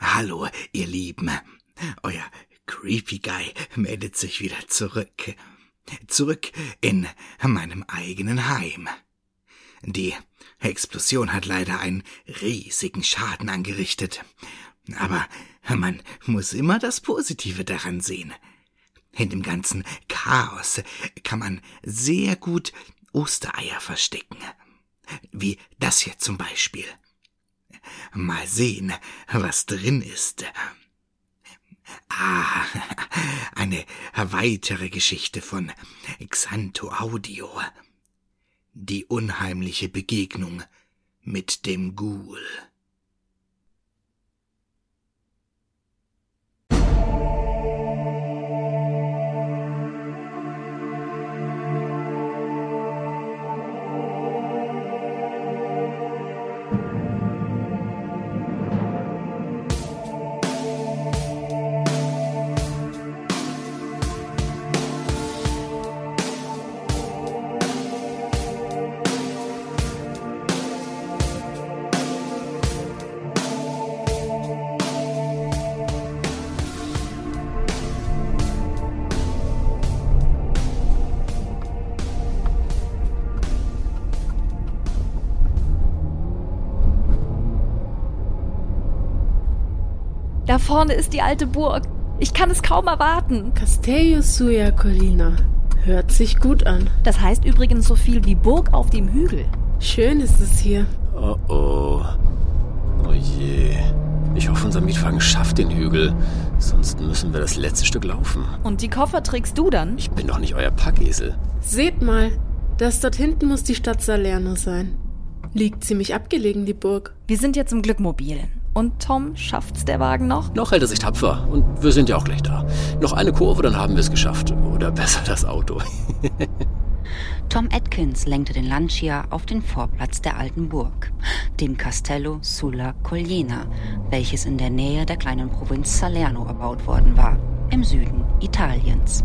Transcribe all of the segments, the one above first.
Hallo, ihr Lieben. Euer Creepy Guy meldet sich wieder zurück. Zurück in meinem eigenen Heim. Die Explosion hat leider einen riesigen Schaden angerichtet. Aber man muss immer das Positive daran sehen. In dem ganzen Chaos kann man sehr gut Ostereier verstecken. Wie das hier zum Beispiel. Mal sehen, was drin ist. Ah, eine weitere Geschichte von Xanto Audio. Die unheimliche Begegnung mit dem Ghoul. Da vorne ist die alte Burg. Ich kann es kaum erwarten. Castello Suya Colina. Hört sich gut an. Das heißt übrigens so viel wie Burg auf dem Hügel. Schön ist es hier. Oh oh. Oh je. Ich hoffe, unser Mietwagen schafft den Hügel. Sonst müssen wir das letzte Stück laufen. Und die Koffer trägst du dann? Ich bin doch nicht euer Packesel. Seht mal, das dort hinten muss die Stadt Salerno sein. Liegt ziemlich abgelegen, die Burg. Wir sind ja zum Glück mobil. Und Tom, schafft's der Wagen noch? Noch hält er sich tapfer. Und wir sind ja auch gleich da. Noch eine Kurve, dann haben wir es geschafft. Oder besser das Auto. Tom Atkins lenkte den Lancia auf den Vorplatz der alten Burg, dem Castello sulla Cogliena, welches in der Nähe der kleinen Provinz Salerno erbaut worden war, im Süden Italiens.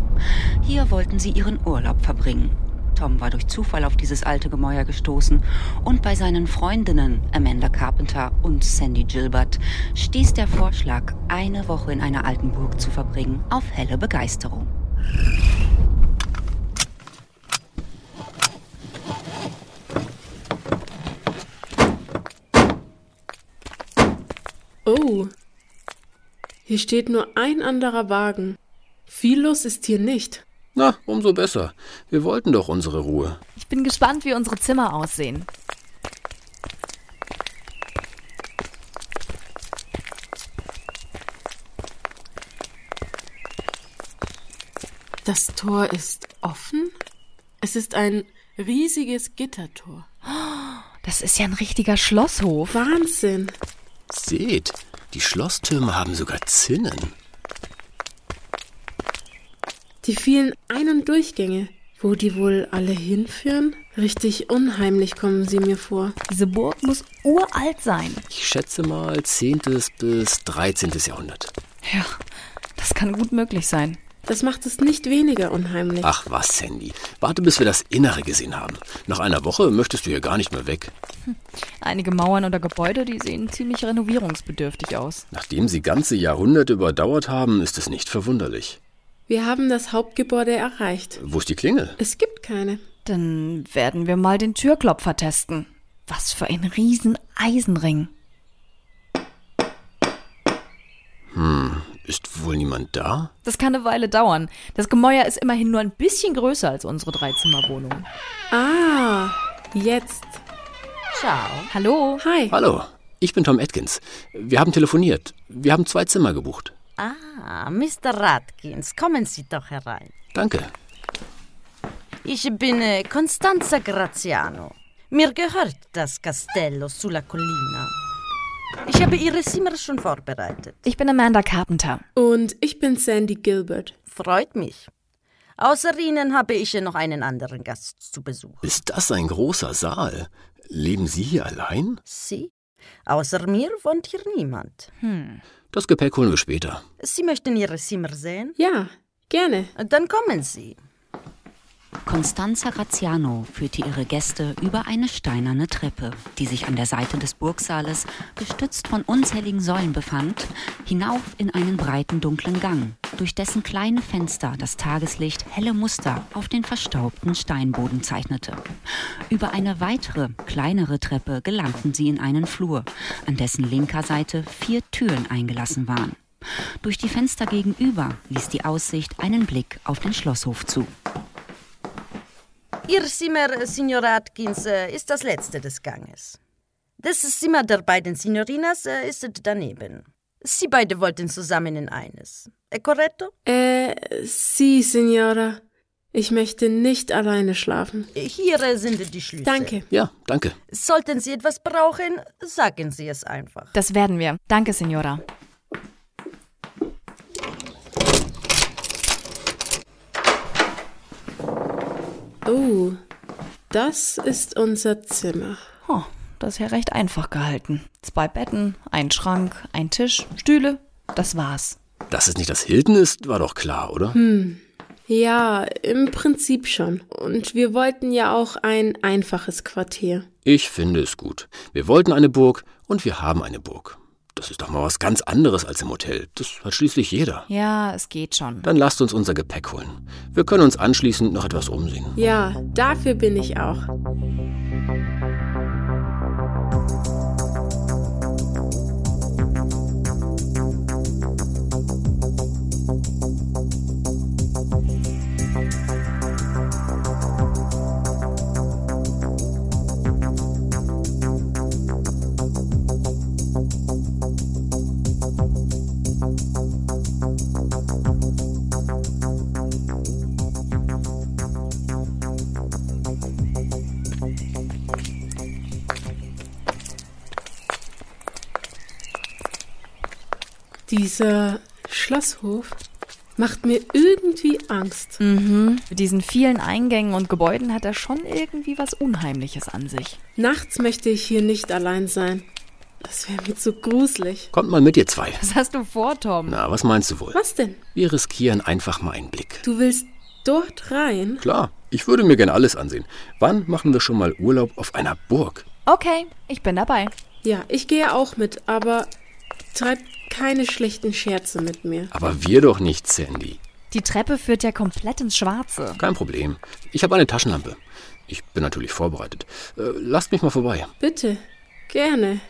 Hier wollten sie ihren Urlaub verbringen. Tom war durch Zufall auf dieses alte Gemäuer gestoßen und bei seinen Freundinnen Amanda Carpenter und Sandy Gilbert stieß der Vorschlag, eine Woche in einer alten Burg zu verbringen, auf helle Begeisterung. Oh. Hier steht nur ein anderer Wagen. Viel los ist hier nicht. Na, umso besser. Wir wollten doch unsere Ruhe. Ich bin gespannt, wie unsere Zimmer aussehen. Das Tor ist offen. Es ist ein riesiges Gittertor. Das ist ja ein richtiger Schlosshof. Wahnsinn. Seht, die Schlosstürme haben sogar Zinnen. Die vielen Ein- und Durchgänge. Wo die wohl alle hinführen? Richtig unheimlich kommen sie mir vor. Diese Burg muss uralt sein. Ich schätze mal 10. bis 13. Jahrhundert. Ja, das kann gut möglich sein. Das macht es nicht weniger unheimlich. Ach was, Sandy. Warte, bis wir das Innere gesehen haben. Nach einer Woche möchtest du hier gar nicht mehr weg. Einige Mauern oder Gebäude, die sehen ziemlich renovierungsbedürftig aus. Nachdem sie ganze Jahrhunderte überdauert haben, ist es nicht verwunderlich. Wir haben das Hauptgebäude erreicht. Wo ist die Klingel? Es gibt keine. Dann werden wir mal den Türklopfer testen. Was für ein riesen Eisenring. Ist wohl niemand da? Das kann eine Weile dauern. Das Gemäuer ist immerhin nur ein bisschen größer als unsere Dreizimmerwohnung. Ah, jetzt. Ciao. Hallo. Hi. Hallo, ich bin Tom Atkins. Wir haben telefoniert. Wir haben zwei Zimmer gebucht. Ah, Mr. Radkins, kommen Sie doch herein. Danke. Ich bin äh, Constanza Graziano. Mir gehört das Castello sulla Collina. Ich habe Ihre Zimmer schon vorbereitet. Ich bin Amanda Carpenter. Und ich bin Sandy Gilbert. Freut mich. Außer Ihnen habe ich äh, noch einen anderen Gast zu Besuch. Ist das ein großer Saal? Leben Sie hier allein? Sie? Außer mir wohnt hier niemand. Das Gepäck holen wir später. Sie möchten Ihre Zimmer sehen? Ja, gerne. Dann kommen Sie. Constanza Graziano führte ihre Gäste über eine steinerne Treppe, die sich an der Seite des Burgsaales, gestützt von unzähligen Säulen befand, hinauf in einen breiten dunklen Gang, durch dessen kleine Fenster das Tageslicht helle Muster auf den verstaubten Steinboden zeichnete. Über eine weitere, kleinere Treppe gelangten sie in einen Flur, an dessen linker Seite vier Türen eingelassen waren. Durch die Fenster gegenüber ließ die Aussicht einen Blick auf den Schlosshof zu. Ihr Zimmer, äh, Signor Atkins, äh, ist das letzte des Ganges. Das Zimmer der beiden Signorinas äh, ist daneben. Sie beide wollten zusammen in eines. Äh, Corretto? Äh, Sie, Signora. Ich möchte nicht alleine schlafen. Hier äh, sind die Schlüssel. Danke. Ja, danke. Sollten Sie etwas brauchen, sagen Sie es einfach. Das werden wir. Danke, Signora. Oh, das ist unser Zimmer. Oh, das ist ja recht einfach gehalten. Zwei Betten, ein Schrank, ein Tisch, Stühle. Das war's. Dass es nicht das Hilton ist, war doch klar, oder? Ja, im Prinzip schon. Und wir wollten ja auch ein einfaches Quartier. Ich finde es gut. Wir wollten eine Burg und wir haben eine Burg. Das ist doch mal was ganz anderes als im Hotel. Das hat schließlich jeder. Ja, es geht schon. Dann lasst uns unser Gepäck holen. Wir können uns anschließend noch etwas umsehen. Ja, dafür bin ich auch. Dieser Schlosshof macht mir irgendwie Angst. Mit diesen vielen Eingängen und Gebäuden hat er schon irgendwie was Unheimliches an sich. Nachts möchte ich hier nicht allein sein. Das wäre mir zu gruselig. Kommt mal mit, ihr zwei. Was hast du vor, Tom? Na, was meinst du wohl? Was denn? Wir riskieren einfach mal einen Blick. Du willst dort rein? Klar, ich würde mir gern alles ansehen. Wann machen wir schon mal Urlaub auf einer Burg? Okay, ich bin dabei. Ja, ich gehe auch mit, aber treib keine schlechten Scherze mit mir. Aber wir doch nicht, Sandy. Die Treppe führt ja komplett ins Schwarze. Kein Problem. Ich habe eine Taschenlampe. Ich bin natürlich vorbereitet. Äh, lasst mich mal vorbei. Bitte. Gerne.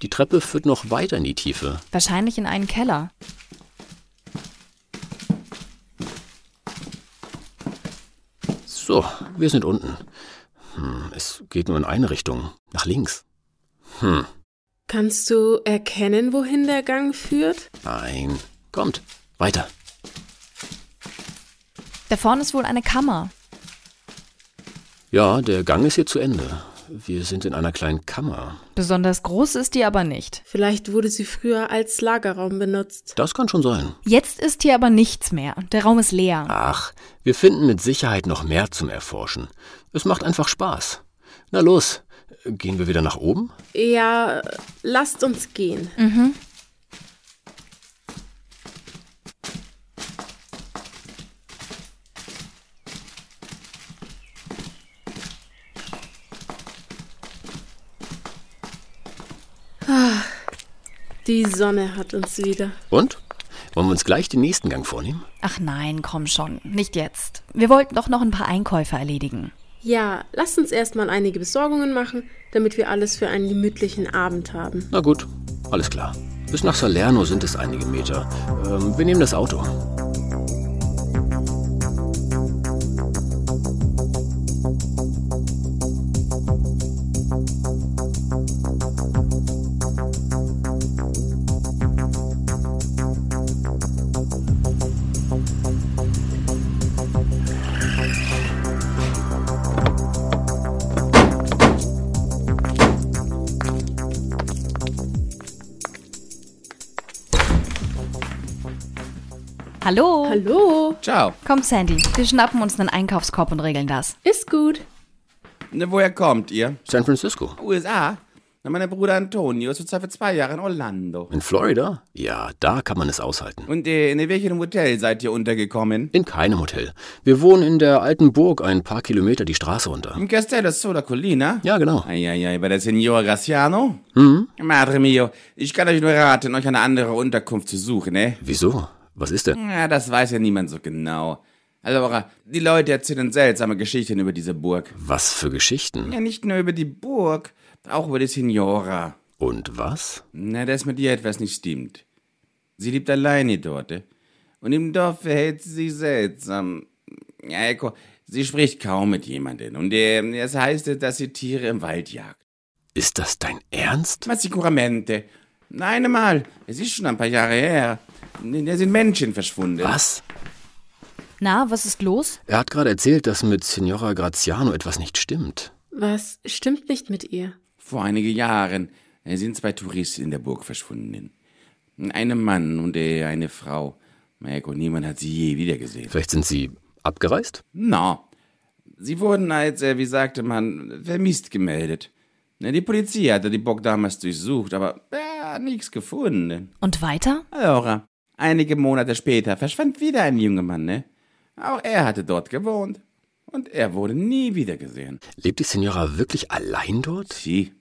Die Treppe führt noch weiter in die Tiefe. Wahrscheinlich in einen Keller. So, wir sind unten. Hm, es geht nur in eine Richtung. Nach links. Hm, Kannst du erkennen, wohin der Gang führt? nein. Kommt, weiter. Da vorne ist wohl eine Kammer. Ja, der Gang ist hier zu Ende. Wir sind in einer kleinen Kammer. Besonders groß ist die aber nicht. Vielleicht wurde sie früher als Lagerraum benutzt. Das kann schon sein. Jetzt ist hier aber nichts mehr. Der Raum ist leer. Ach, wir finden mit Sicherheit noch mehr zum Erforschen. Es macht einfach Spaß. Na los, gehen wir wieder nach oben? Ja, lasst uns gehen. Ah, Die Sonne hat uns wieder. Und? Wollen wir uns gleich den nächsten Gang vornehmen? Ach nein, komm schon. Nicht jetzt. Wir wollten doch noch ein paar Einkäufe erledigen. Ja, lasst uns erstmal einige Besorgungen machen, damit wir alles für einen gemütlichen Abend haben. Na gut, alles klar. Bis nach Salerno sind es einige Meter. Ähm, wir nehmen das Auto. Hallo. Hallo, Ciao. Komm, Sandy. Wir schnappen uns einen Einkaufskorb und regeln das. ist gut. Ne, Woher kommt ihr? San Francisco. USA? Na, mein Bruder Antonio ist zurzeit für zwei Jahre in Orlando. In Florida? Ja, da kann man es aushalten. Und äh, in welchem Hotel seid ihr untergekommen? In keinem Hotel. Wir wohnen in der alten Burg ein paar Kilometer die Straße runter. Im Castello Sola Collina? Ja, genau. Eieiei, bei der Signora Graciano? Hm? Madre mio, ich kann euch nur raten, euch eine andere Unterkunft zu suchen, ne? Wieso? Was ist denn? Ja, das weiß ja niemand so genau. Allora, die Leute erzählen seltsame Geschichten über diese Burg. Was für Geschichten? Ja, nicht nur über die Burg, auch über die Signora. Und was? Na, dass mit ihr etwas nicht stimmt. Sie lebt alleine dort. eh? Und im Dorf verhält sie sich seltsam. Ja, Eko, sie spricht kaum mit jemandem. Und äh, es heißt, dass sie Tiere im Wald jagt. Ist das dein Ernst? Ma sicuramente. Nein, mal. Es ist schon ein paar Jahre her. Da sind Menschen verschwunden. Was? Na, was ist los? Er hat gerade erzählt, dass mit Signora Graziano etwas nicht stimmt. Was stimmt nicht mit ihr? Vor einigen Jahren äh, sind zwei Touristen in der Burg verschwunden. Ein Mann und äh, eine Frau. Eko, niemand hat sie je wiedergesehen. Vielleicht sind sie abgereist? Na, sie wurden als, äh, wie sagte man, vermisst gemeldet. Na, Die Polizei hatte die Burg damals durchsucht, aber äh, nichts gefunden. Und weiter? Allora, einige Monate später verschwand wieder ein junger Mann, ne? Auch er hatte dort gewohnt. Und er wurde nie wieder gesehen. Lebt die Signora wirklich allein dort? Sie.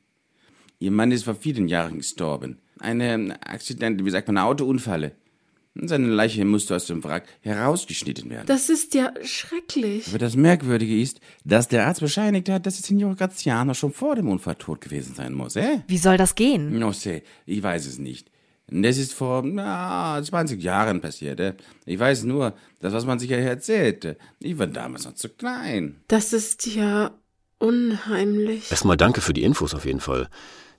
Ihr Mann ist vor vielen Jahren gestorben. Eine Accident, wie sagt man, Autounfalle. Und Seine Leiche musste aus dem Wrack herausgeschnitten werden. Das ist ja schrecklich. Aber das Merkwürdige ist, dass der Arzt bescheinigt hat, dass die Signora Graziano schon vor dem Unfall tot gewesen sein muss, eh? Wie soll das gehen? No sé, ich weiß es nicht. Das ist vor na, 20 Jahren passiert. eh? Ich weiß nur, das, was man sich ja erzählte. Ich war damals noch zu klein. Das ist ja unheimlich. Erstmal danke für die Infos auf jeden Fall.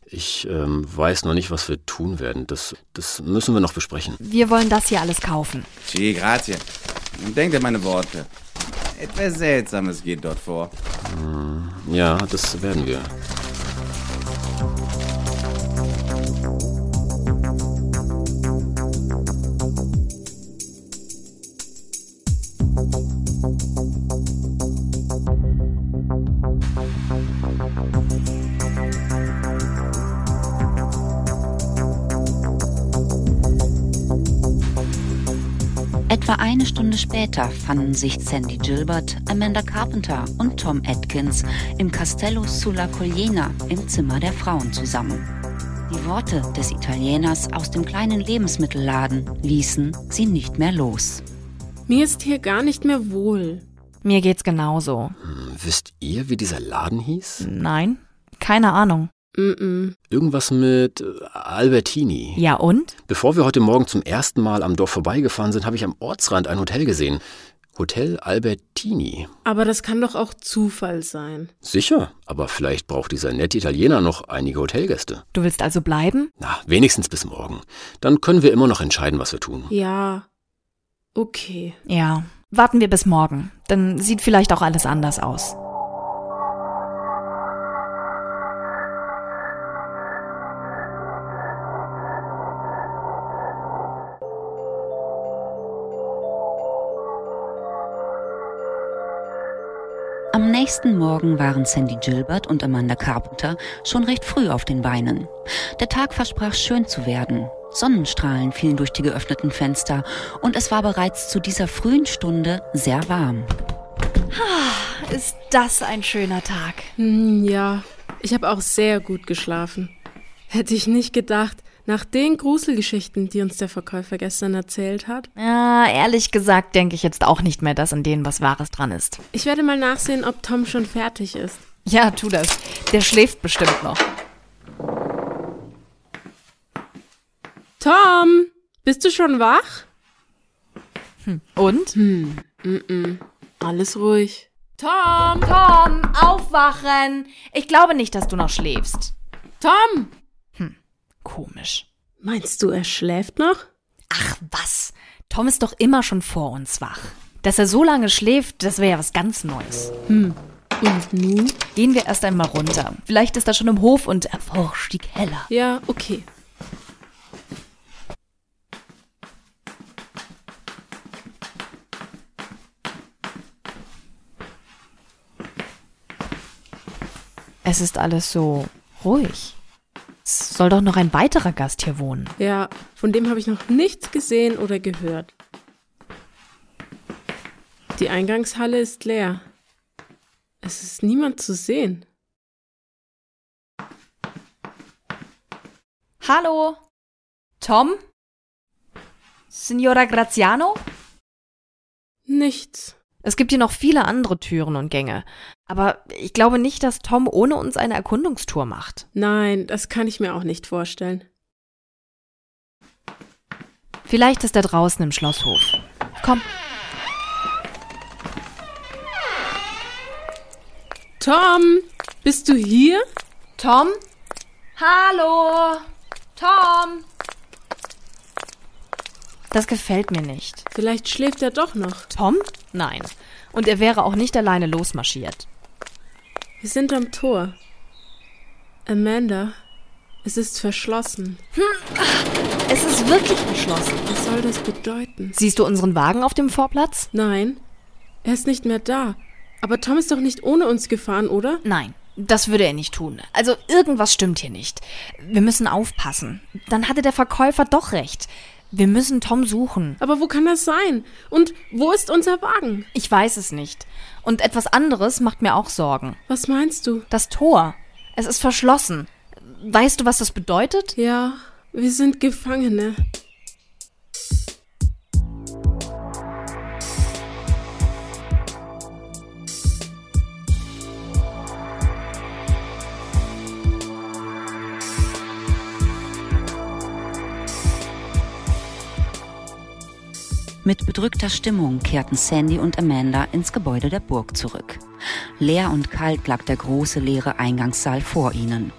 Ich ähm, weiß noch nicht, was wir tun werden. Das, das müssen wir noch besprechen. Wir wollen das hier alles kaufen. Sì, grazie. Und denkt an meine Worte. Etwas Seltsames geht dort vor. Ja, das werden wir. Etwa eine Stunde später fanden sich Sandy Gilbert, Amanda Carpenter und Tom Atkins im Castello sulla Collina im Zimmer der Frauen zusammen. Die Worte des Italieners aus dem kleinen Lebensmittelladen ließen sie nicht mehr los. Mir ist hier gar nicht mehr wohl. Mir geht's genauso. Hm, Wisst ihr, wie dieser Laden Hm. hieß? Nein? Keine Ahnung. Mm-mm. Irgendwas mit äh, Albertini. Ja und? Bevor wir heute Morgen zum ersten Mal am Dorf vorbeigefahren sind, habe ich am Ortsrand ein Hotel gesehen. Hotel Albertini. Aber das kann doch auch Zufall sein. Sicher, aber vielleicht braucht dieser nette Italiener noch einige Hotelgäste. Du willst also bleiben? Na, wenigstens bis morgen. Dann können wir immer noch entscheiden, was wir tun. Ja. Okay. Ja. Warten wir bis morgen. Dann sieht vielleicht auch alles anders aus. Am nächsten Morgen waren Sandy Gilbert und Amanda Carpenter schon recht früh auf den Beinen. Der Tag versprach schön zu werden. Sonnenstrahlen fielen durch die geöffneten Fenster und es war bereits zu dieser frühen Stunde sehr warm. Ist das ein schöner Tag? Hm, ja. Ich habe auch sehr gut geschlafen. Hätte ich nicht gedacht, nach den Gruselgeschichten, die uns der Verkäufer gestern erzählt hat. Ja, ehrlich gesagt denke ich jetzt auch nicht mehr, dass in denen was Wahres dran ist. Ich werde mal nachsehen, ob Tom schon fertig ist. Ja, tu das. Der schläft bestimmt noch. Tom, bist du schon wach? Und? Alles ruhig. Tom! Tom, aufwachen! Ich glaube nicht, dass du noch schläfst. Tom! Komisch. Meinst du, er schläft noch? Ach was, Tom ist doch immer schon vor uns wach. Dass er so lange schläft, das wäre ja was ganz Neues. Und nun? Gehen wir erst einmal runter. Vielleicht ist er schon im Hof und erforscht die Keller. Ja, okay. Es ist alles so ruhig. soll doch noch ein weiterer Gast hier wohnen. Ja, von dem habe ich noch nichts gesehen oder gehört. Die Eingangshalle ist leer. Es ist niemand zu sehen. Hallo? Tom? Signora Graziano? Nichts. Es gibt hier noch viele andere Türen und Gänge. Aber ich glaube nicht, dass Tom ohne uns eine Erkundungstour macht. Nein, das kann ich mir auch nicht vorstellen. Vielleicht ist er draußen im Schlosshof. Komm, Tom, bist du hier? Tom? Hallo? Tom? Das gefällt mir nicht. Vielleicht schläft er doch noch. Tom? Nein. Und er wäre auch nicht alleine losmarschiert. Wir sind am Tor. Amanda, es ist verschlossen. Es ist wirklich verschlossen. Was soll das bedeuten? Siehst du unseren Wagen auf dem Vorplatz? Nein, er ist nicht mehr da. Aber Tom ist doch nicht ohne uns gefahren, oder? Nein, das würde er nicht tun. Also irgendwas stimmt hier nicht. Wir müssen aufpassen. Dann hatte der Verkäufer doch recht. Wir müssen Tom suchen. Aber wo kann das sein? Und wo ist unser Wagen? Ich weiß es nicht. Und etwas anderes macht mir auch Sorgen. Was meinst du? Das Tor. Es ist verschlossen. Weißt du, was das bedeutet? Ja, wir sind Gefangene. Mit bedrückter Stimmung kehrten Sandy und Amanda ins Gebäude der Burg zurück. Leer und kalt lag der große leere Eingangssaal vor ihnen.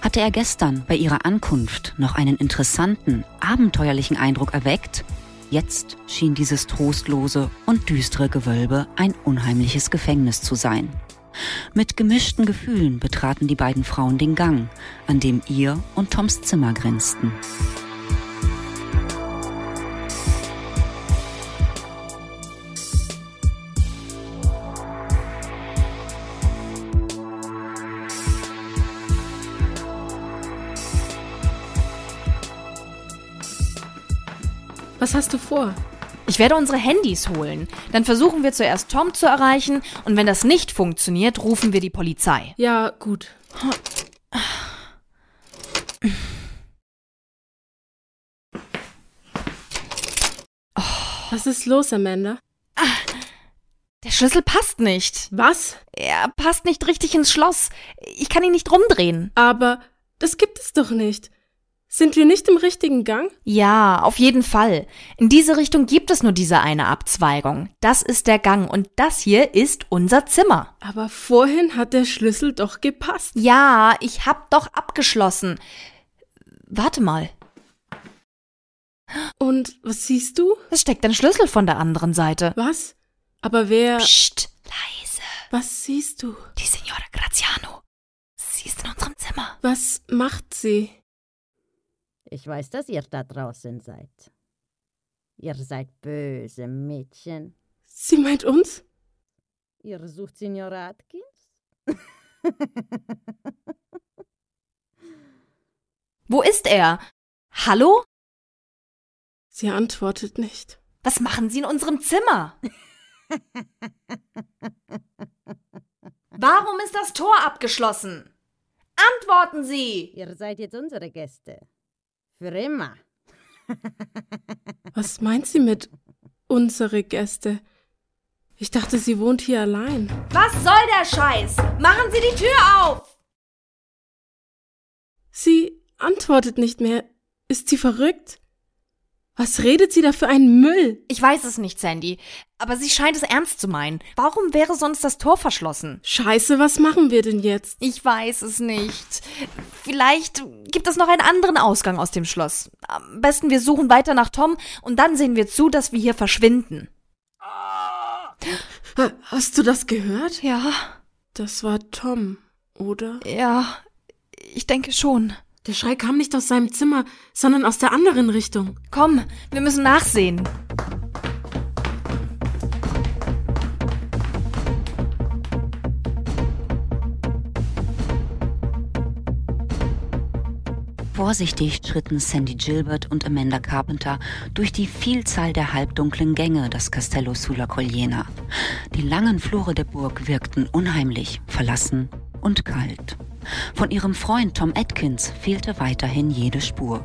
Hatte er gestern bei ihrer Ankunft noch einen interessanten, abenteuerlichen Eindruck erweckt? Jetzt schien dieses trostlose und düstere Gewölbe ein unheimliches Gefängnis zu sein. Mit gemischten Gefühlen betraten die beiden Frauen den Gang, an dem ihr und Toms Zimmer grenzten. Was hast du vor? Ich werde unsere Handys holen. Dann versuchen wir zuerst Tom zu erreichen und wenn das nicht funktioniert, rufen wir die Polizei. Ja, gut. Was ist los, Amanda? Der Schlüssel passt nicht. Was? Er passt nicht richtig ins Schloss. Ich kann ihn nicht rumdrehen. Aber das gibt es doch nicht. Sind wir nicht im richtigen Gang? Ja, auf jeden Fall. In diese Richtung gibt es nur diese eine Abzweigung. Das ist der Gang und das hier ist unser Zimmer. Aber vorhin hat der Schlüssel doch gepasst. Ja, ich hab doch abgeschlossen. Warte mal, Und was siehst du? es steckt ein Schlüssel von der anderen Seite. Was? Aber wer. Psst, leise. Was siehst du? Die Signora Graziano. Sie ist in unserem Zimmer. Was macht sie? Ich weiß, dass ihr da draußen seid. Ihr seid böse Mädchen. Sie meint uns? Ihr sucht Signora Atkins? Wo ist er? Hallo? Sie antwortet nicht. Was machen Sie in unserem Zimmer? Warum ist das Tor abgeschlossen? Antworten Sie! ihr seid jetzt unsere Gäste. Für immer. Was meint sie mit unsere Gäste? Ich dachte, sie wohnt hier allein. Was soll der Scheiß? Machen Sie die Tür auf! Sie antwortet nicht mehr. Ist sie verrückt? Was redet sie da für einen Müll? Ich weiß es nicht, Sandy, aber sie scheint es ernst zu meinen. Warum wäre sonst das Tor verschlossen? Scheiße, was machen wir denn jetzt? Ich weiß es nicht. Vielleicht gibt es noch einen anderen Ausgang aus dem Schloss. Am besten wir suchen weiter nach Tom und dann sehen wir zu, dass wir hier verschwinden. Ha- Hast du das gehört? Ja, Das war Tom, oder? ja, ich denke schon. Der Schrei kam nicht aus seinem Zimmer, sondern aus der anderen Richtung. Komm, wir müssen nachsehen. Vorsichtig schritten Sandy Gilbert und Amanda Carpenter durch die Vielzahl der halbdunklen Gänge des Castello sulla Colliena. Die langen Flure der Burg wirkten unheimlich, verlassen und kalt. Von ihrem Freund Tom Atkins fehlte weiterhin jede Spur.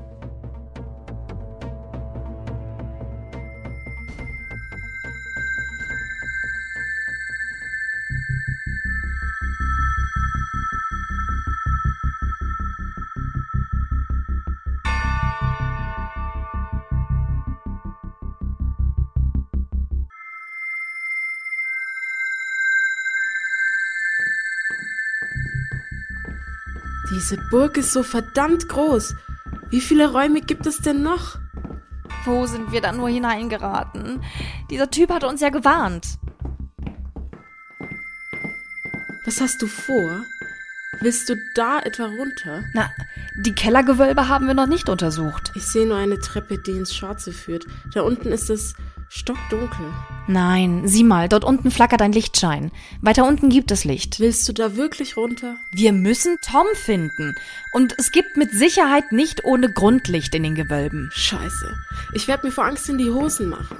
Diese Burg ist so verdammt groß. Wie viele Räume gibt es denn noch? Wo sind wir dann nur hineingeraten? Dieser Typ hatte uns ja gewarnt. Was hast du vor? Willst du da etwa runter? Na, die Kellergewölbe haben wir noch nicht untersucht. Ich sehe nur eine Treppe, die ins Schwarze führt. Da unten ist es stockdunkel. Nein, sieh mal, dort unten flackert ein Lichtschein. Weiter unten gibt es Licht. Willst du da wirklich runter? Wir müssen Tom finden. Und es gibt mit Sicherheit nicht ohne Grund Licht in den Gewölben. Scheiße. Ich werde mir vor Angst in die Hosen machen.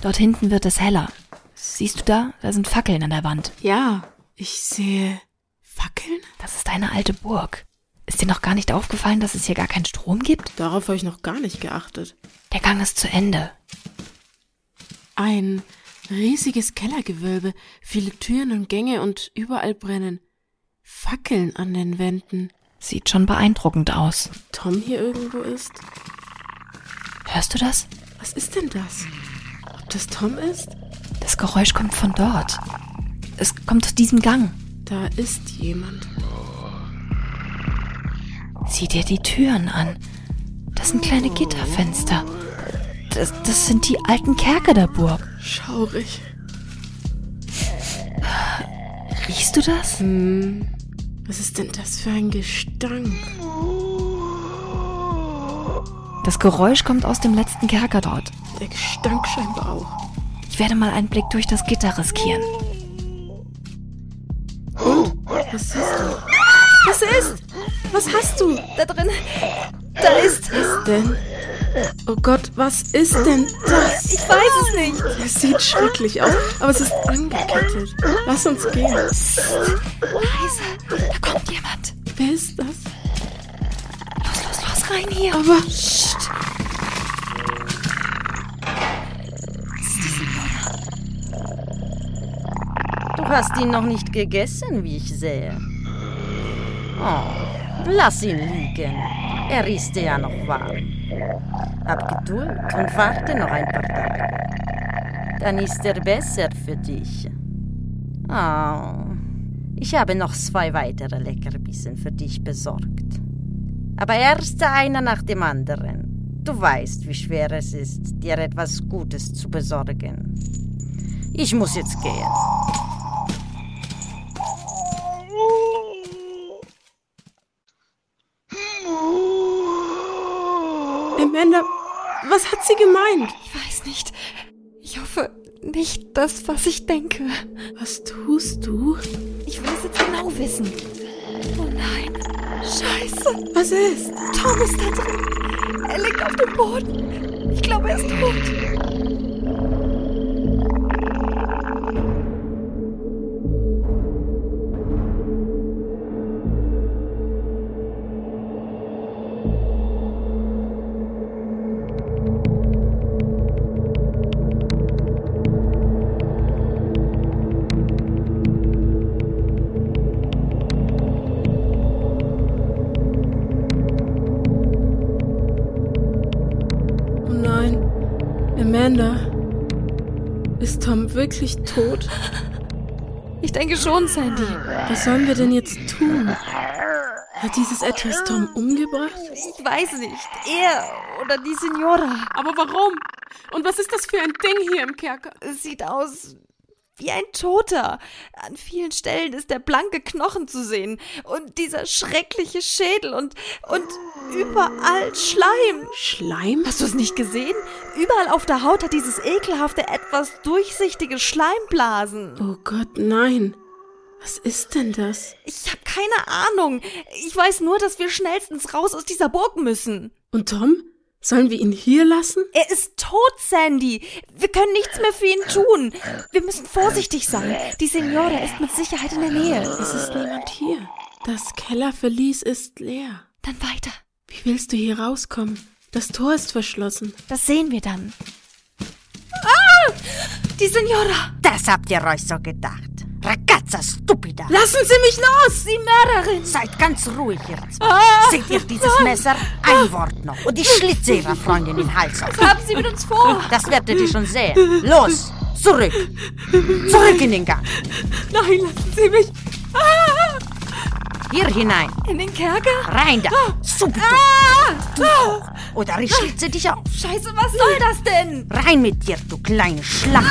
Dort hinten wird es heller. Siehst du da? Da sind Fackeln an der Wand. Ja, ich sehe Fackeln? Das ist eine alte Burg. Ist dir noch gar nicht aufgefallen, dass es hier gar keinen Strom gibt? Darauf habe ich noch gar nicht geachtet. Der Gang ist zu Ende. Ein riesiges Kellergewölbe, viele Türen und Gänge und überall brennen Fackeln an den Wänden. Sieht schon beeindruckend aus. Tom hier irgendwo ist? Hörst du das? Was ist denn das? Ob das Tom ist? Das Geräusch kommt von dort. Es kommt aus diesem Gang. Da ist jemand. Sieh dir die Türen an. Das sind kleine Gitterfenster. Das, das sind die alten Kerker der Burg. Schaurig. Riechst du das? Hm. Was ist denn das für ein Gestank? Das Geräusch kommt aus dem letzten Kerker dort. Der Gestank scheinbar auch. Ich werde mal einen Blick durch das Gitter riskieren. Und? Was siehst du? Was ist? Was hast du? Da drin. Da ist. Was denn? Oh Gott, was ist denn das? Ich weiß es nicht. Es sieht schrecklich aus, aber es ist angekettet. Lass uns gehen. Leise. Da kommt jemand. Wer ist das? Los, los, los, rein hier. Aber Du hast ihn noch nicht gegessen, wie ich sehe. Oh, lass ihn liegen. Er ist ja noch warm. Hab Geduld und warte noch ein paar Tage. Dann ist er besser für dich. Oh, ich habe noch zwei weitere Leckerbissen für dich besorgt. Aber erst einer nach dem anderen. Du weißt, wie schwer es ist, dir etwas Gutes zu besorgen. Ich muss jetzt gehen. Amanda, was hat sie gemeint? Ich weiß nicht. Ich hoffe nicht das, was ich denke. Was tust du? Ich will es jetzt genau wissen. Oh nein. Scheiße. Was ist? Tom ist da drin. Er liegt auf dem Boden. Ich glaube, er ist tot. Oh nein. Amanda. Ist Tom wirklich tot? Ich denke schon, Sandy. Was sollen wir denn jetzt tun? Hat dieses Etwas Tom umgebracht? Ich weiß nicht. Er oder die Signora. Aber warum? Und was ist das für ein Ding hier im Kerker? Es sieht aus wie ein Toter. An vielen Stellen ist der blanke Knochen zu sehen und dieser schreckliche Schädel und, und überall Schleim. Schleim? Hast du es nicht gesehen? Überall auf der Haut hat dieses ekelhafte, etwas durchsichtige Schleimblasen. Oh Gott, nein. Was ist denn das? Ich habe keine Ahnung. Ich weiß nur, dass wir schnellstens raus aus dieser Burg müssen. Und Tom? Sollen wir ihn hier lassen? Er ist tot, Sandy. Wir können nichts mehr für ihn tun. Wir müssen vorsichtig sein. Die Signora ist mit Sicherheit in der Nähe. Es ist niemand hier. Das Kellerverlies ist leer. Dann weiter. Wie willst du hier rauskommen? Das Tor ist verschlossen. Das sehen wir dann. Ah! Die Signora! Das habt ihr euch so gedacht. Ragazza stupida. Lassen Sie mich los! Die Mörderin! Seid ganz ruhig jetzt. Ah! Seht ihr dieses Messer? Ein Wort noch. Und ich schlitze ihrer Freundin den Hals auf. Haben Sie mit uns vor? Das werdet ihr schon sehen. Los, zurück. Zurück in den Gang. Nein, lassen Sie mich! Ah! Hier hinein. In den Kerker? Rein da. Subito. Ah! Ah! Oder ich schlitze dich auf. Scheiße, was soll das denn? Rein mit dir, du kleine Schlange.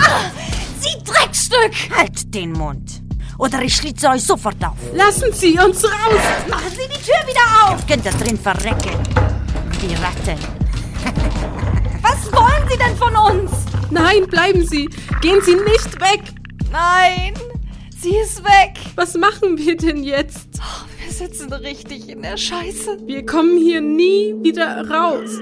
Sie Ah! Dreckstück! Halt den Mund. Oder ich schlitze euch sofort auf. Lassen Sie uns raus! Machen Sie die Tür wieder auf! Ihr könnt da drin verrecken. Die Ratten. Was wollen Sie denn von uns? Nein, bleiben Sie! Gehen Sie nicht weg! Nein, sie ist weg. Was machen wir denn jetzt? Oh, wir sitzen richtig in der Scheiße. Wir kommen hier nie wieder raus.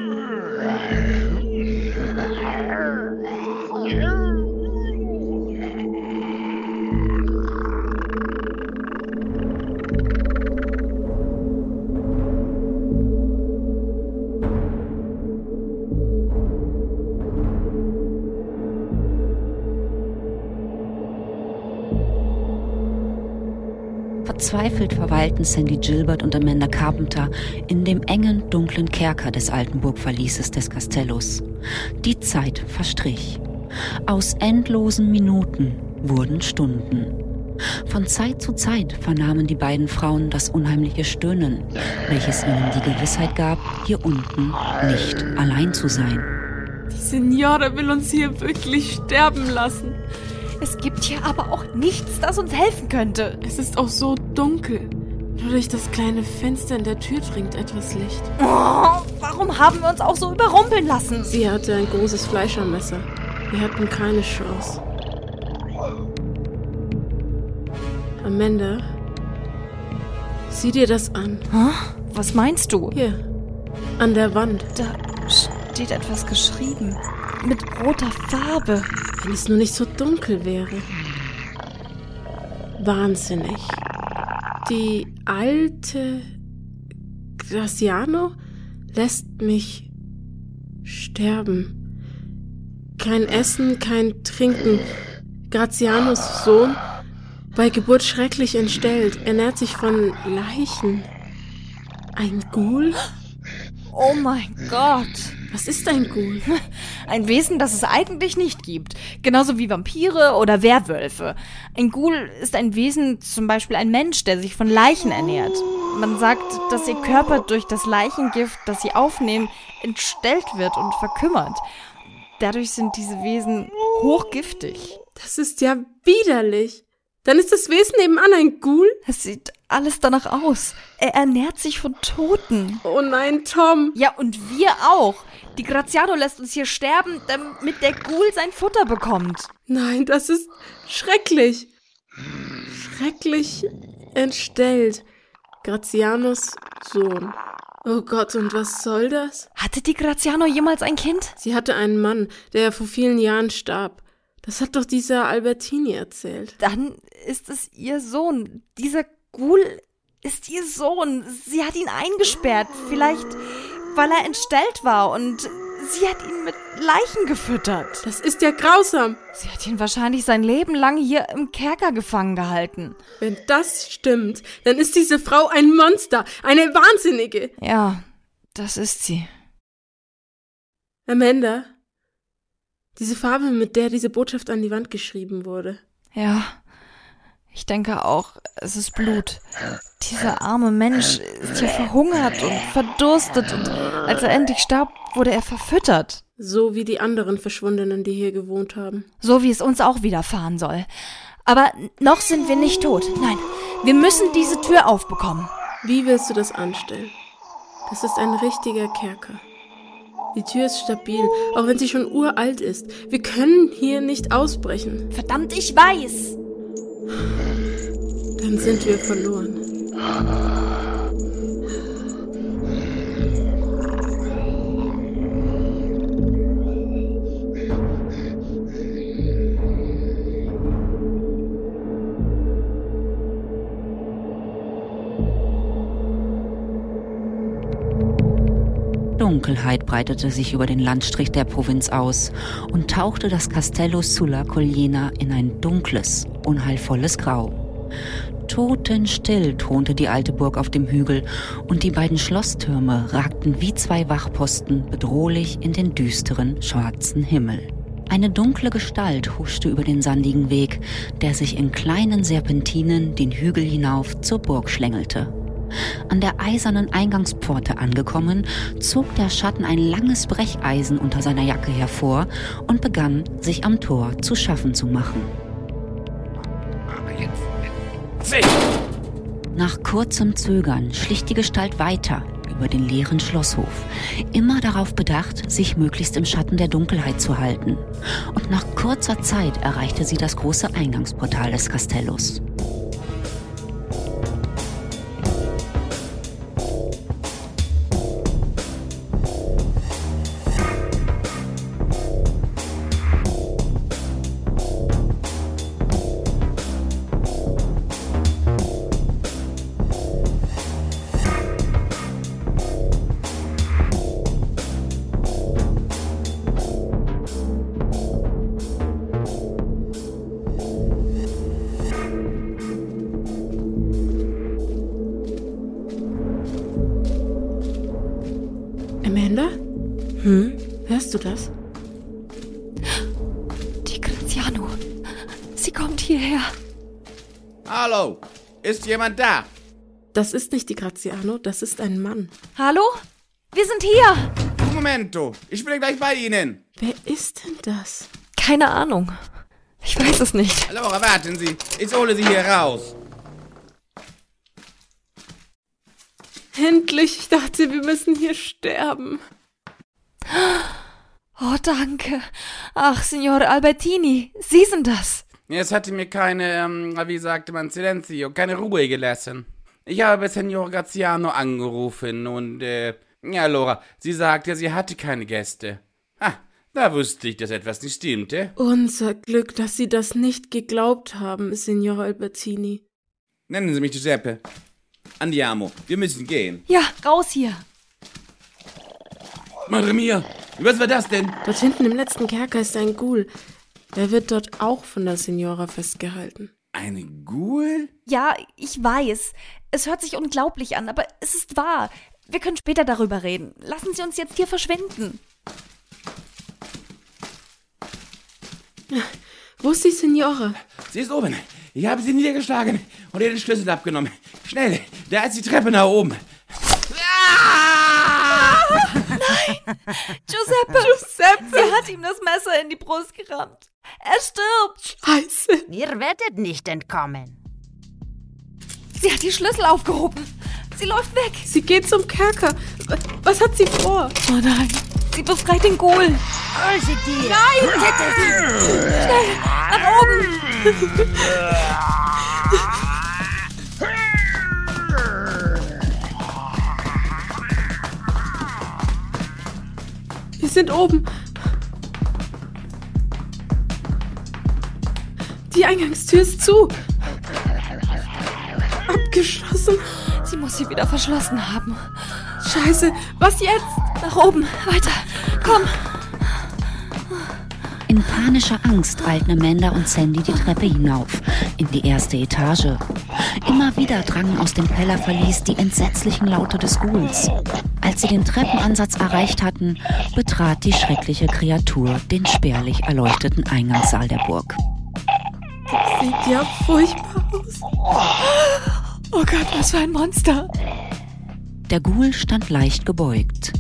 Verzweifelt verweilten Sandy Gilbert und Amanda Carpenter in dem engen, dunklen Kerker des alten Burgverlieses des Castellos. Die Zeit verstrich. Aus endlosen Minuten wurden Stunden. Von Zeit zu Zeit vernahmen die beiden Frauen das unheimliche Stöhnen, welches ihnen die Gewissheit gab, hier unten nicht allein zu sein. Die Signora will uns hier wirklich sterben lassen. Es gibt hier aber auch nichts, das uns helfen könnte. Es ist auch so dunkel. Nur durch das kleine Fenster in der Tür dringt etwas Licht. Oh, warum haben wir uns auch so überrumpeln lassen? Sie hatte ein großes Fleischermesser. Wir hatten keine Chance. Amanda, sieh dir das an. Hä? Was meinst du? Hier, an der Wand. Da steht etwas geschrieben. Mit roter Farbe. Wenn es nur nicht so dunkel wäre. Wahnsinnig. Die alte Graciano lässt mich sterben. Kein Essen, kein Trinken. Gracianos Sohn, bei Geburt schrecklich entstellt, ernährt sich von Leichen. Ein Ghoul? Oh mein Gott. Was ist ein Ghoul? Ein Wesen, das es eigentlich nicht gibt. Genauso wie Vampire oder Werwölfe. Ein Ghoul ist ein Wesen, zum Beispiel ein Mensch, der sich von Leichen ernährt. Man sagt, dass ihr Körper durch das Leichengift, das sie aufnehmen, entstellt wird und verkümmert. Dadurch sind diese Wesen hochgiftig. Das ist ja widerlich. Dann ist das Wesen nebenan ein Ghoul? Es sieht alles danach aus. Er ernährt sich von Toten. Oh nein, Tom. Ja, und wir auch. Die Graziano lässt uns hier sterben, damit der Ghoul sein Futter bekommt. Nein, das ist schrecklich. Schrecklich entstellt. Grazianos Sohn. Oh Gott, und was soll das? Hatte die Graziano jemals ein Kind? Sie hatte einen Mann, der vor vielen Jahren starb. Das hat doch dieser Albertini erzählt. Dann ist es ihr Sohn. Dieser Ghoul ist ihr Sohn. Sie hat ihn eingesperrt. Vielleicht, weil er entstellt war und sie hat ihn mit Leichen gefüttert. Das ist ja grausam. Sie hat ihn wahrscheinlich sein Leben lang hier im Kerker gefangen gehalten. Wenn das stimmt, dann ist diese Frau ein Monster, eine Wahnsinnige. Ja, das ist sie. Amanda, diese Farbe, mit der diese Botschaft an die Wand geschrieben wurde. Ja. Ich denke auch, es ist Blut. Dieser arme Mensch ist hier verhungert und verdurstet und als er endlich starb, wurde er verfüttert. So wie die anderen Verschwundenen, die hier gewohnt haben. So wie es uns auch widerfahren soll. Aber noch sind wir nicht tot. Nein, wir müssen diese Tür aufbekommen. Wie willst du das anstellen? Das ist ein richtiger Kerker. Die Tür ist stabil, auch wenn sie schon uralt ist. Wir können hier nicht ausbrechen. Verdammt, ich weiß. Dann sind wir verloren. Dunkelheit breitete sich über den Landstrich der Provinz aus und tauchte das Castello sulla Colliena in ein dunkles, unheilvolles Grau. Totenstill thronte die alte Burg auf dem Hügel und die beiden Schlosstürme ragten wie zwei Wachposten bedrohlich in den düsteren, schwarzen Himmel. Eine dunkle Gestalt huschte über den sandigen Weg, der sich in kleinen Serpentinen den Hügel hinauf zur Burg schlängelte. An der eisernen Eingangspforte angekommen, zog der Schatten ein langes Brecheisen unter seiner Jacke hervor und begann, sich am Tor zu schaffen zu machen. Nach kurzem Zögern schlich die Gestalt weiter über den leeren Schlosshof, immer darauf bedacht, sich möglichst im Schatten der Dunkelheit zu halten. Und nach kurzer Zeit erreichte sie das große Eingangsportal des Kastellos. Amanda? Hm? Hörst du das? Tigraziano, sie kommt hierher. Hallo, ist jemand da? Das ist nicht die Graziano, das ist ein Mann. Hallo? Wir sind hier. Momento, ich bin gleich bei Ihnen. Wer ist denn das? Keine Ahnung. Ich weiß es nicht. Laura, warten Sie, ich hole Sie hier raus. Endlich, ich dachte, wir müssen hier sterben. Oh, danke. Ach, Signore Albertini, Sie sind das. Es hatte mir keine, ähm, wie sagte man, Silenzio, keine Ruhe gelassen. Ich habe Senor Graziano angerufen und, äh, ja, Laura, sie sagte, sie hatte keine Gäste. Ha, da wusste ich, dass etwas nicht stimmte. Unser Glück, dass Sie das nicht geglaubt haben, Signora Albertini. Nennen Sie mich Giuseppe. Andiamo, wir müssen gehen. Ja, raus hier. Madre mia, was war das denn? Dort hinten im letzten Kerker ist ein Ghoul. Er wird dort auch von der Signora festgehalten. Eine Ghoul? Ja, ich weiß. Es hört sich unglaublich an, aber es ist wahr. Wir können später darüber reden. Lassen Sie uns jetzt hier verschwinden. Wo ist die Signora? Sie ist oben. Ich habe sie niedergeschlagen und ihr den Schlüssel abgenommen. Schnell, da ist die Treppe nach oben. Giuseppe! Giuseppe! Sie hat ihm das Messer in die Brust gerammt. Er stirbt. Scheiße. Ihr werdet nicht entkommen. Sie hat die Schlüssel aufgehoben. Sie läuft weg. Sie geht zum Kerker. Was hat sie vor? Oh nein. Sie befreit den Ghoul. Öse dir! Nein! Nach oben. Wir sind oben. Die Eingangstür ist zu. Abgeschlossen. Sie muss sie wieder verschlossen haben. Scheiße. Was jetzt? Nach oben. Weiter. Komm. In panischer Angst eilten Amanda und Sandy die Treppe hinauf, in die erste Etage. Immer wieder drangen aus dem Kellerverlies die entsetzlichen Laute des Ghouls. Als sie den Treppenansatz erreicht hatten, betrat die schreckliche Kreatur den spärlich erleuchteten Eingangssaal der Burg. Sieht ja furchtbar aus. Oh Gott, was für ein Monster. Der Ghoul stand leicht gebeugt.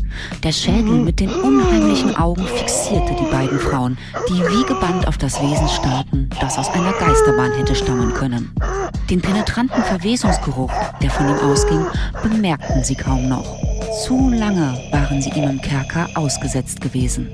Der Schädel mit den unheimlichen Augen fixierte die beiden Frauen, die wie gebannt auf das Wesen starrten, das aus einer Geisterbahn hätte stammen können. Den penetranten Verwesungsgeruch, der von ihm ausging, bemerkten sie kaum noch. Zu lange waren sie ihm im Kerker ausgesetzt gewesen.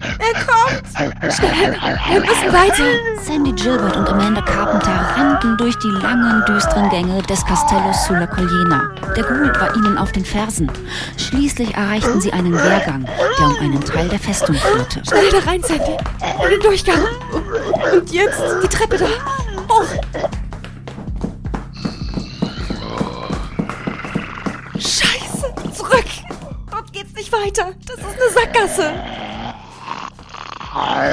Er kommt! Schnell, wir müssen weiter! Sandy Gilbert und Amanda Carpenter rannten durch die langen, düsteren Gänge des Castellos sulla Collina. Der Ghoul war ihnen auf den Fersen. Schließlich erreichten sie einen Wehrgang, der um einen Teil der Festung führte. Schnell da rein, Sandy! Ohne Durchgang! Und jetzt die Treppe da! Hoch! Scheiße! Zurück! Dort geht's nicht weiter! Das ist eine Sackgasse! Ah,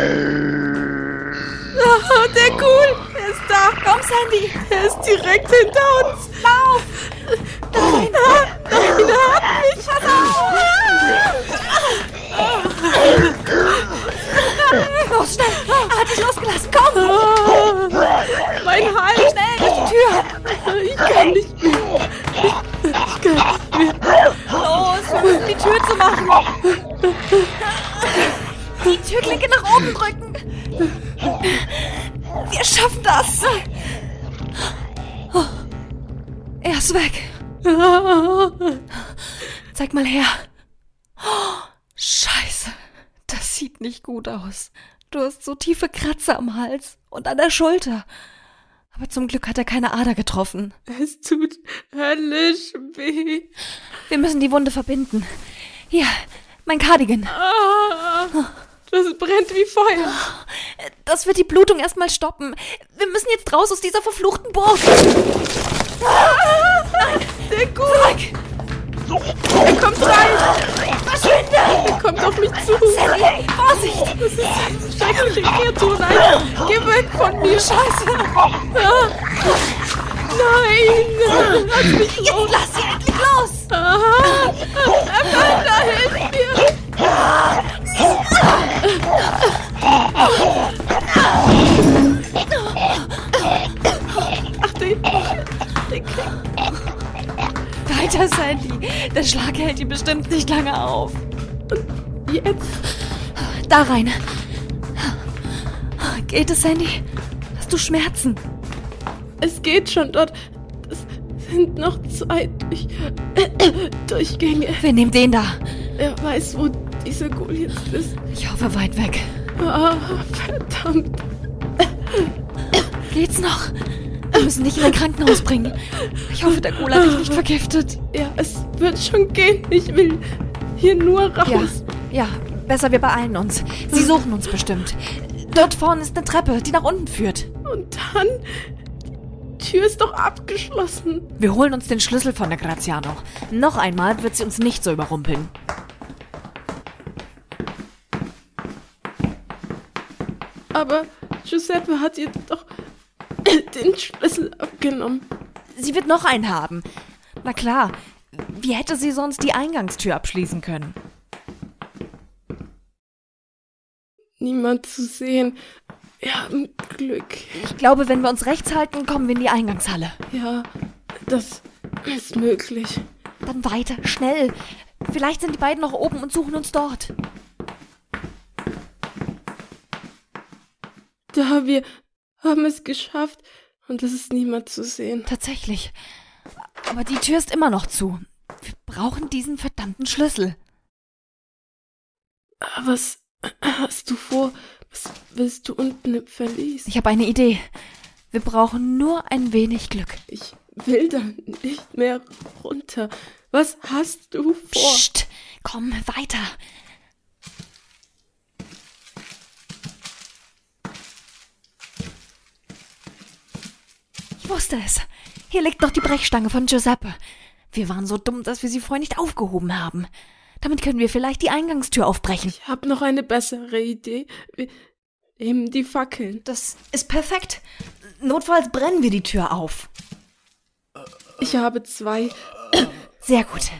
der Ghoul! Er ist da! Komm, Sandy! Er ist direkt hinter uns. Lauf! Nein, Nein, er hat mich. los, schnell! Er hat dich losgelassen! Komm! Mein Hals. Schnell durch die Tür! Ich kann nicht mehr. Ich kann nicht mehr. Los, wir müssen die Tür zu machen! Die Türklinke nach oben drücken! Wir schaffen das! Oh, Er ist weg! Zeig mal her! Oh, Scheiße! Das sieht nicht gut aus. Du hast so tiefe Kratzer am Hals und an der Schulter. Aber zum Glück hat er keine Ader getroffen. Es tut höllisch weh. Wir müssen die Wunde verbinden. Hier, mein Cardigan. Ah, das brennt wie Feuer. Das wird die Blutung erstmal stoppen. Wir müssen jetzt raus aus dieser verfluchten Burg. Nein, der Gurk! Er kommt rein. Er kommt auf mich zu. Sandy, Vorsicht! Das ist eine schreckliche Kreatur. Nein, geh weg von mir. Ah. Scheiße. Nein. Lass mich los. Jetzt lass sie endlich los! Ah, Amanda, hilf mir. Ach, den, den krieg Weiter, Sandy. Der Schlag hält ihn bestimmt nicht lange auf. jetzt. Da rein. Geht es, Sandy? Hast du Schmerzen? Es geht schon dort. Es sind noch zwei durch, Durchgänge. Wir nehmen den da. Wer weiß, wo dieser Ghoul jetzt ist. Ich hoffe, weit weg. Ah, verdammt. Geht's noch? Wir müssen dich in ein Krankenhaus bringen. Ich hoffe, der Ghoul hat dich nicht vergiftet. Ja, es wird schon gehen. Ich will hier nur Ja, raus. ja, besser wir beeilen uns. Sie suchen uns bestimmt. Dort vorne ist eine Treppe, die nach unten führt. Und dann. Die Tür ist doch abgeschlossen. Wir holen uns den Schlüssel von der Graziano. Noch einmal wird sie uns nicht so überrumpeln. Aber Giuseppe hat ihr doch den Schlüssel abgenommen. Sie wird noch einen haben. Na klar, wie hätte sie sonst die Eingangstür abschließen können? Niemand zu sehen. Wir haben Glück. Ich glaube, wenn wir uns rechts halten, kommen wir in die Eingangshalle. Ja, das ist möglich. Dann weiter, schnell. Vielleicht sind die beiden noch oben und suchen uns dort. Da wir haben es geschafft und es ist niemand zu sehen. Tatsächlich. Aber die Tür ist immer noch zu. Wir brauchen diesen verdammten Schlüssel. Ah, Was hast du vor? Was willst du unten im Verlies? Ich habe eine Idee. Wir brauchen nur ein wenig Glück. Ich will da nicht mehr runter. Was hast du vor? Psst, komm weiter. Ich wusste es. Hier liegt noch die Brechstange von Giuseppe. Wir waren so dumm, dass wir sie vorher nicht aufgehoben haben. Damit können wir vielleicht die Eingangstür aufbrechen. Ich hab noch eine bessere Idee. Wir nehmen die Fackeln. Das ist perfekt. Notfalls brennen wir die Tür auf. Ich habe zwei. Sehr gut.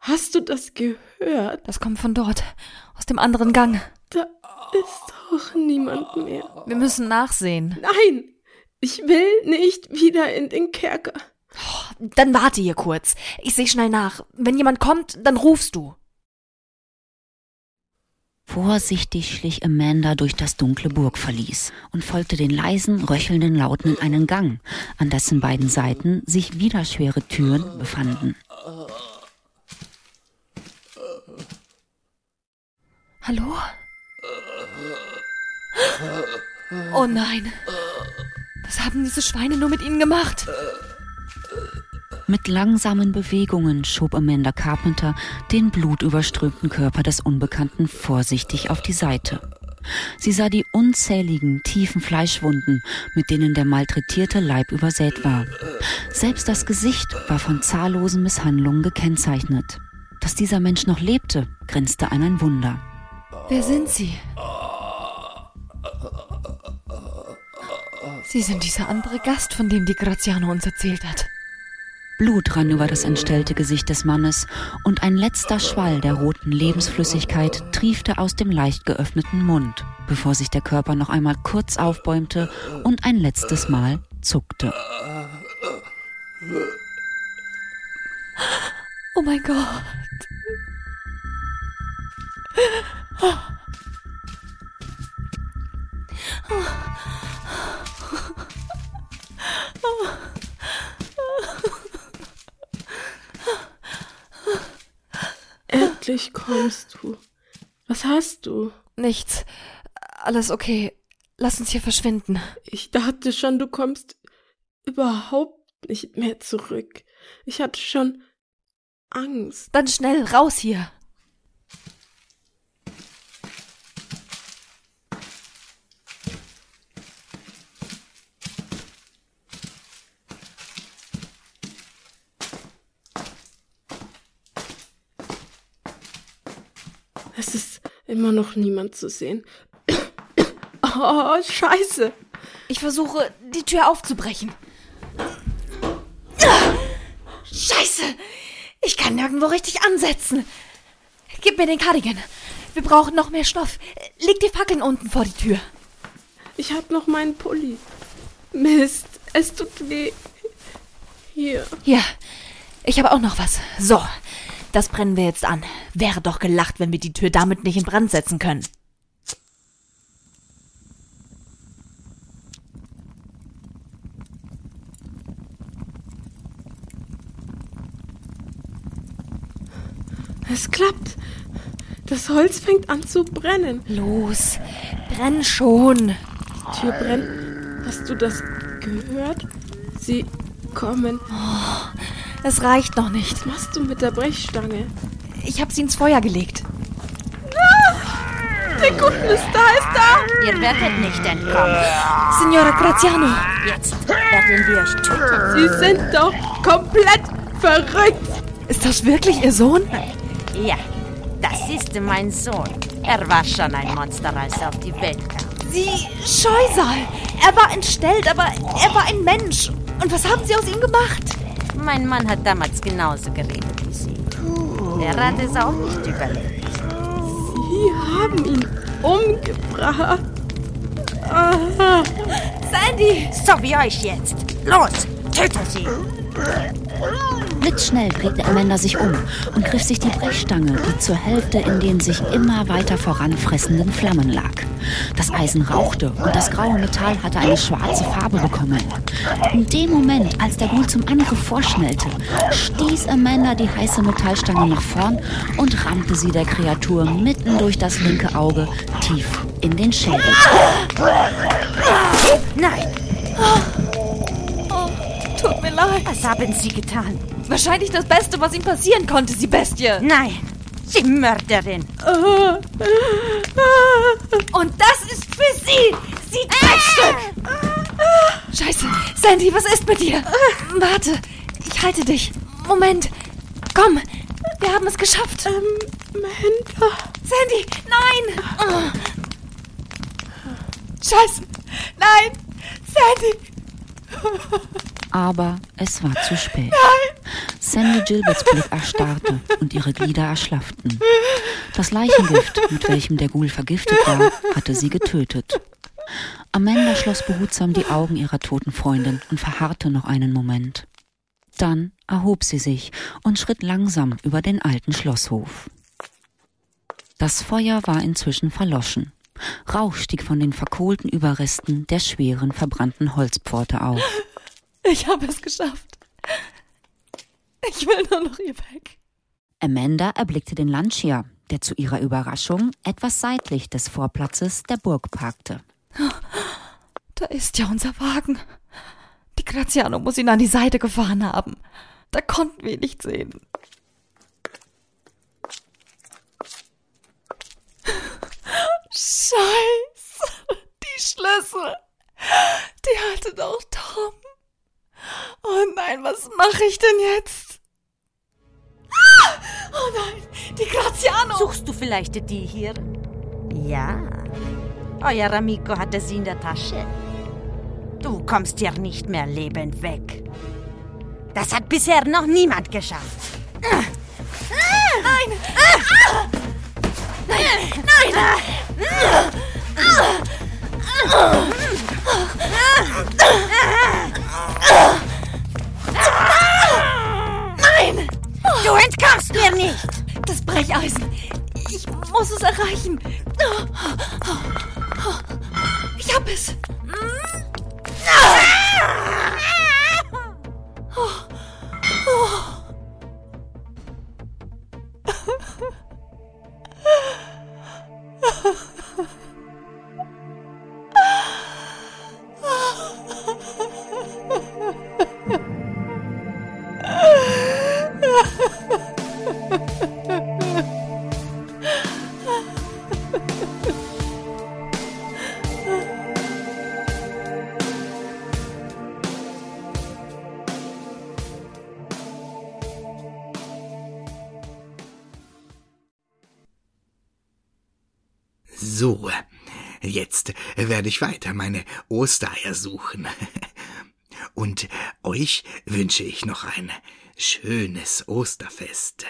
Hast du das gehört? Das kommt von dort, aus dem anderen Gang. Da ist doch niemand mehr. Wir müssen nachsehen. Nein, ich will nicht wieder in den Kerker. Dann warte hier kurz. Ich sehe schnell nach. Wenn jemand kommt, dann rufst du. Vorsichtig schlich Amanda durch das dunkle Burgverlies und folgte den leisen, röchelnden Lauten in einen Gang, an dessen beiden Seiten sich wieder schwere Türen befanden. Hallo? Oh nein. Was haben diese Schweine nur mit ihnen gemacht? Mit langsamen Bewegungen schob Amanda Carpenter den blutüberströmten Körper des Unbekannten vorsichtig auf die Seite. Sie sah die unzähligen, tiefen Fleischwunden, mit denen der malträtierte Leib übersät war. Selbst das Gesicht war von zahllosen Misshandlungen gekennzeichnet. Dass dieser Mensch noch lebte, grenzte an ein Wunder. Wer sind sie? Sie sind dieser andere Gast, von dem die Graziano uns erzählt hat. Blut rann über das entstellte Gesicht des Mannes und ein letzter Schwall der roten Lebensflüssigkeit triefte aus dem leicht geöffneten Mund, bevor sich der Körper noch einmal kurz aufbäumte und ein letztes Mal zuckte. Oh mein Gott. Endlich kommst du. Was hast du? Nichts. Alles okay. Lass uns hier verschwinden. Ich dachte schon, du kommst überhaupt nicht mehr zurück. Ich hatte schon Angst. Dann schnell raus hier. Es ist immer noch niemand zu sehen. Oh, scheiße. Ich versuche, die Tür aufzubrechen. Scheiße! Ich kann nirgendwo richtig ansetzen. Gib mir den Cardigan. Wir brauchen noch mehr Stoff. Leg die Fackeln unten vor die Tür. Ich hab noch meinen Pulli. Mist, es tut weh. Hier. Hier, ich habe auch noch was. So, das brennen wir jetzt an. Wäre doch gelacht, wenn wir die Tür damit nicht in Brand setzen können. Es klappt. Das Holz fängt an zu brennen. Los, brenn schon. Die Tür brennt. Hast du das gehört? Sie kommen. Es reicht noch nicht. Was machst du mit der Brechstange? Ich habe sie ins Feuer gelegt. Der Kuchen ist da, ist da. Ihr werdet nicht entkommen. Signora Graziano, Jetzt werden wir euch töten. Sie sind doch komplett verrückt. ist das wirklich Ihr Sohn? Ja, das ist mein Sohn. Er war schon ein Monster, als er auf die Welt kam. Sie Scheusal. Er war entstellt, aber er war ein Mensch. Und was haben Sie aus ihm gemacht? Mein Mann hat damals genauso geredet wie sie. Er hat es auch nicht überlebt. Die haben ihn umgebracht. Ah, Sandy! So wie euch jetzt. Los, tötet sie. Blitzschnell drehte Amanda sich um und griff sich die Brechstange, die zur Hälfte in den sich immer weiter voranfressenden Flammen lag. Das Eisen rauchte und das graue Metall hatte eine schwarze Farbe bekommen. In dem Moment, als der Ghoul zum Angriff vorschnellte, stieß Amanda die heiße Metallstange nach vorn und rammte sie der Kreatur mitten durch das linke Auge tief in den Schädel. Nein, Tut mir leid. was haben sie getan? Wahrscheinlich das Beste, was ihm passieren konnte, Sie Bestie. Nein, sie Mörderin. ah, ah. Und das ist für Sie! Sie Dreckstück! Scheiße, Sandy, was ist mit dir? Warte, ich halte dich. Moment, komm, wir haben es geschafft. Ähm, Amanda. Sandy, nein! Oh. Scheiße, nein! Sandy! Aber es war zu spät. Sandy Gilberts Blick erstarrte und ihre Glieder erschlafften. Das Leichengift, mit welchem der Ghoul vergiftet war, hatte sie getötet. Amanda schloss behutsam die Augen ihrer toten Freundin und verharrte noch einen Moment. Dann erhob sie sich und schritt langsam über den alten Schlosshof. Das Feuer war inzwischen verloschen. Rauch stieg von den verkohlten Überresten der schweren, verbrannten Holzpforte auf. Ich habe es geschafft. Ich will nur noch hier weg. Amanda erblickte den Lancia, der zu ihrer Überraschung etwas seitlich des Vorplatzes der Burg parkte. Da ist ja unser Wagen. Die Graziano muss ihn an die Seite gefahren haben. Da konnten wir ihn nicht sehen. Scheiße, die Schlüssel. Die hatte doch Tom. Oh nein, was mache ich denn jetzt? Ah! Oh nein, die Graziano. Suchst du vielleicht die hier? Ja, Euer Amico hatte sie in der Tasche. Du kommst hier nicht mehr lebend weg. Das hat bisher noch niemand geschafft. Du entkommst mir nicht. Das Brecheisen. Ich muss es erreichen. Ich hab es. So, jetzt werde ich weiter meine Ostereier suchen. Und euch wünsche ich noch ein schönes Osterfest.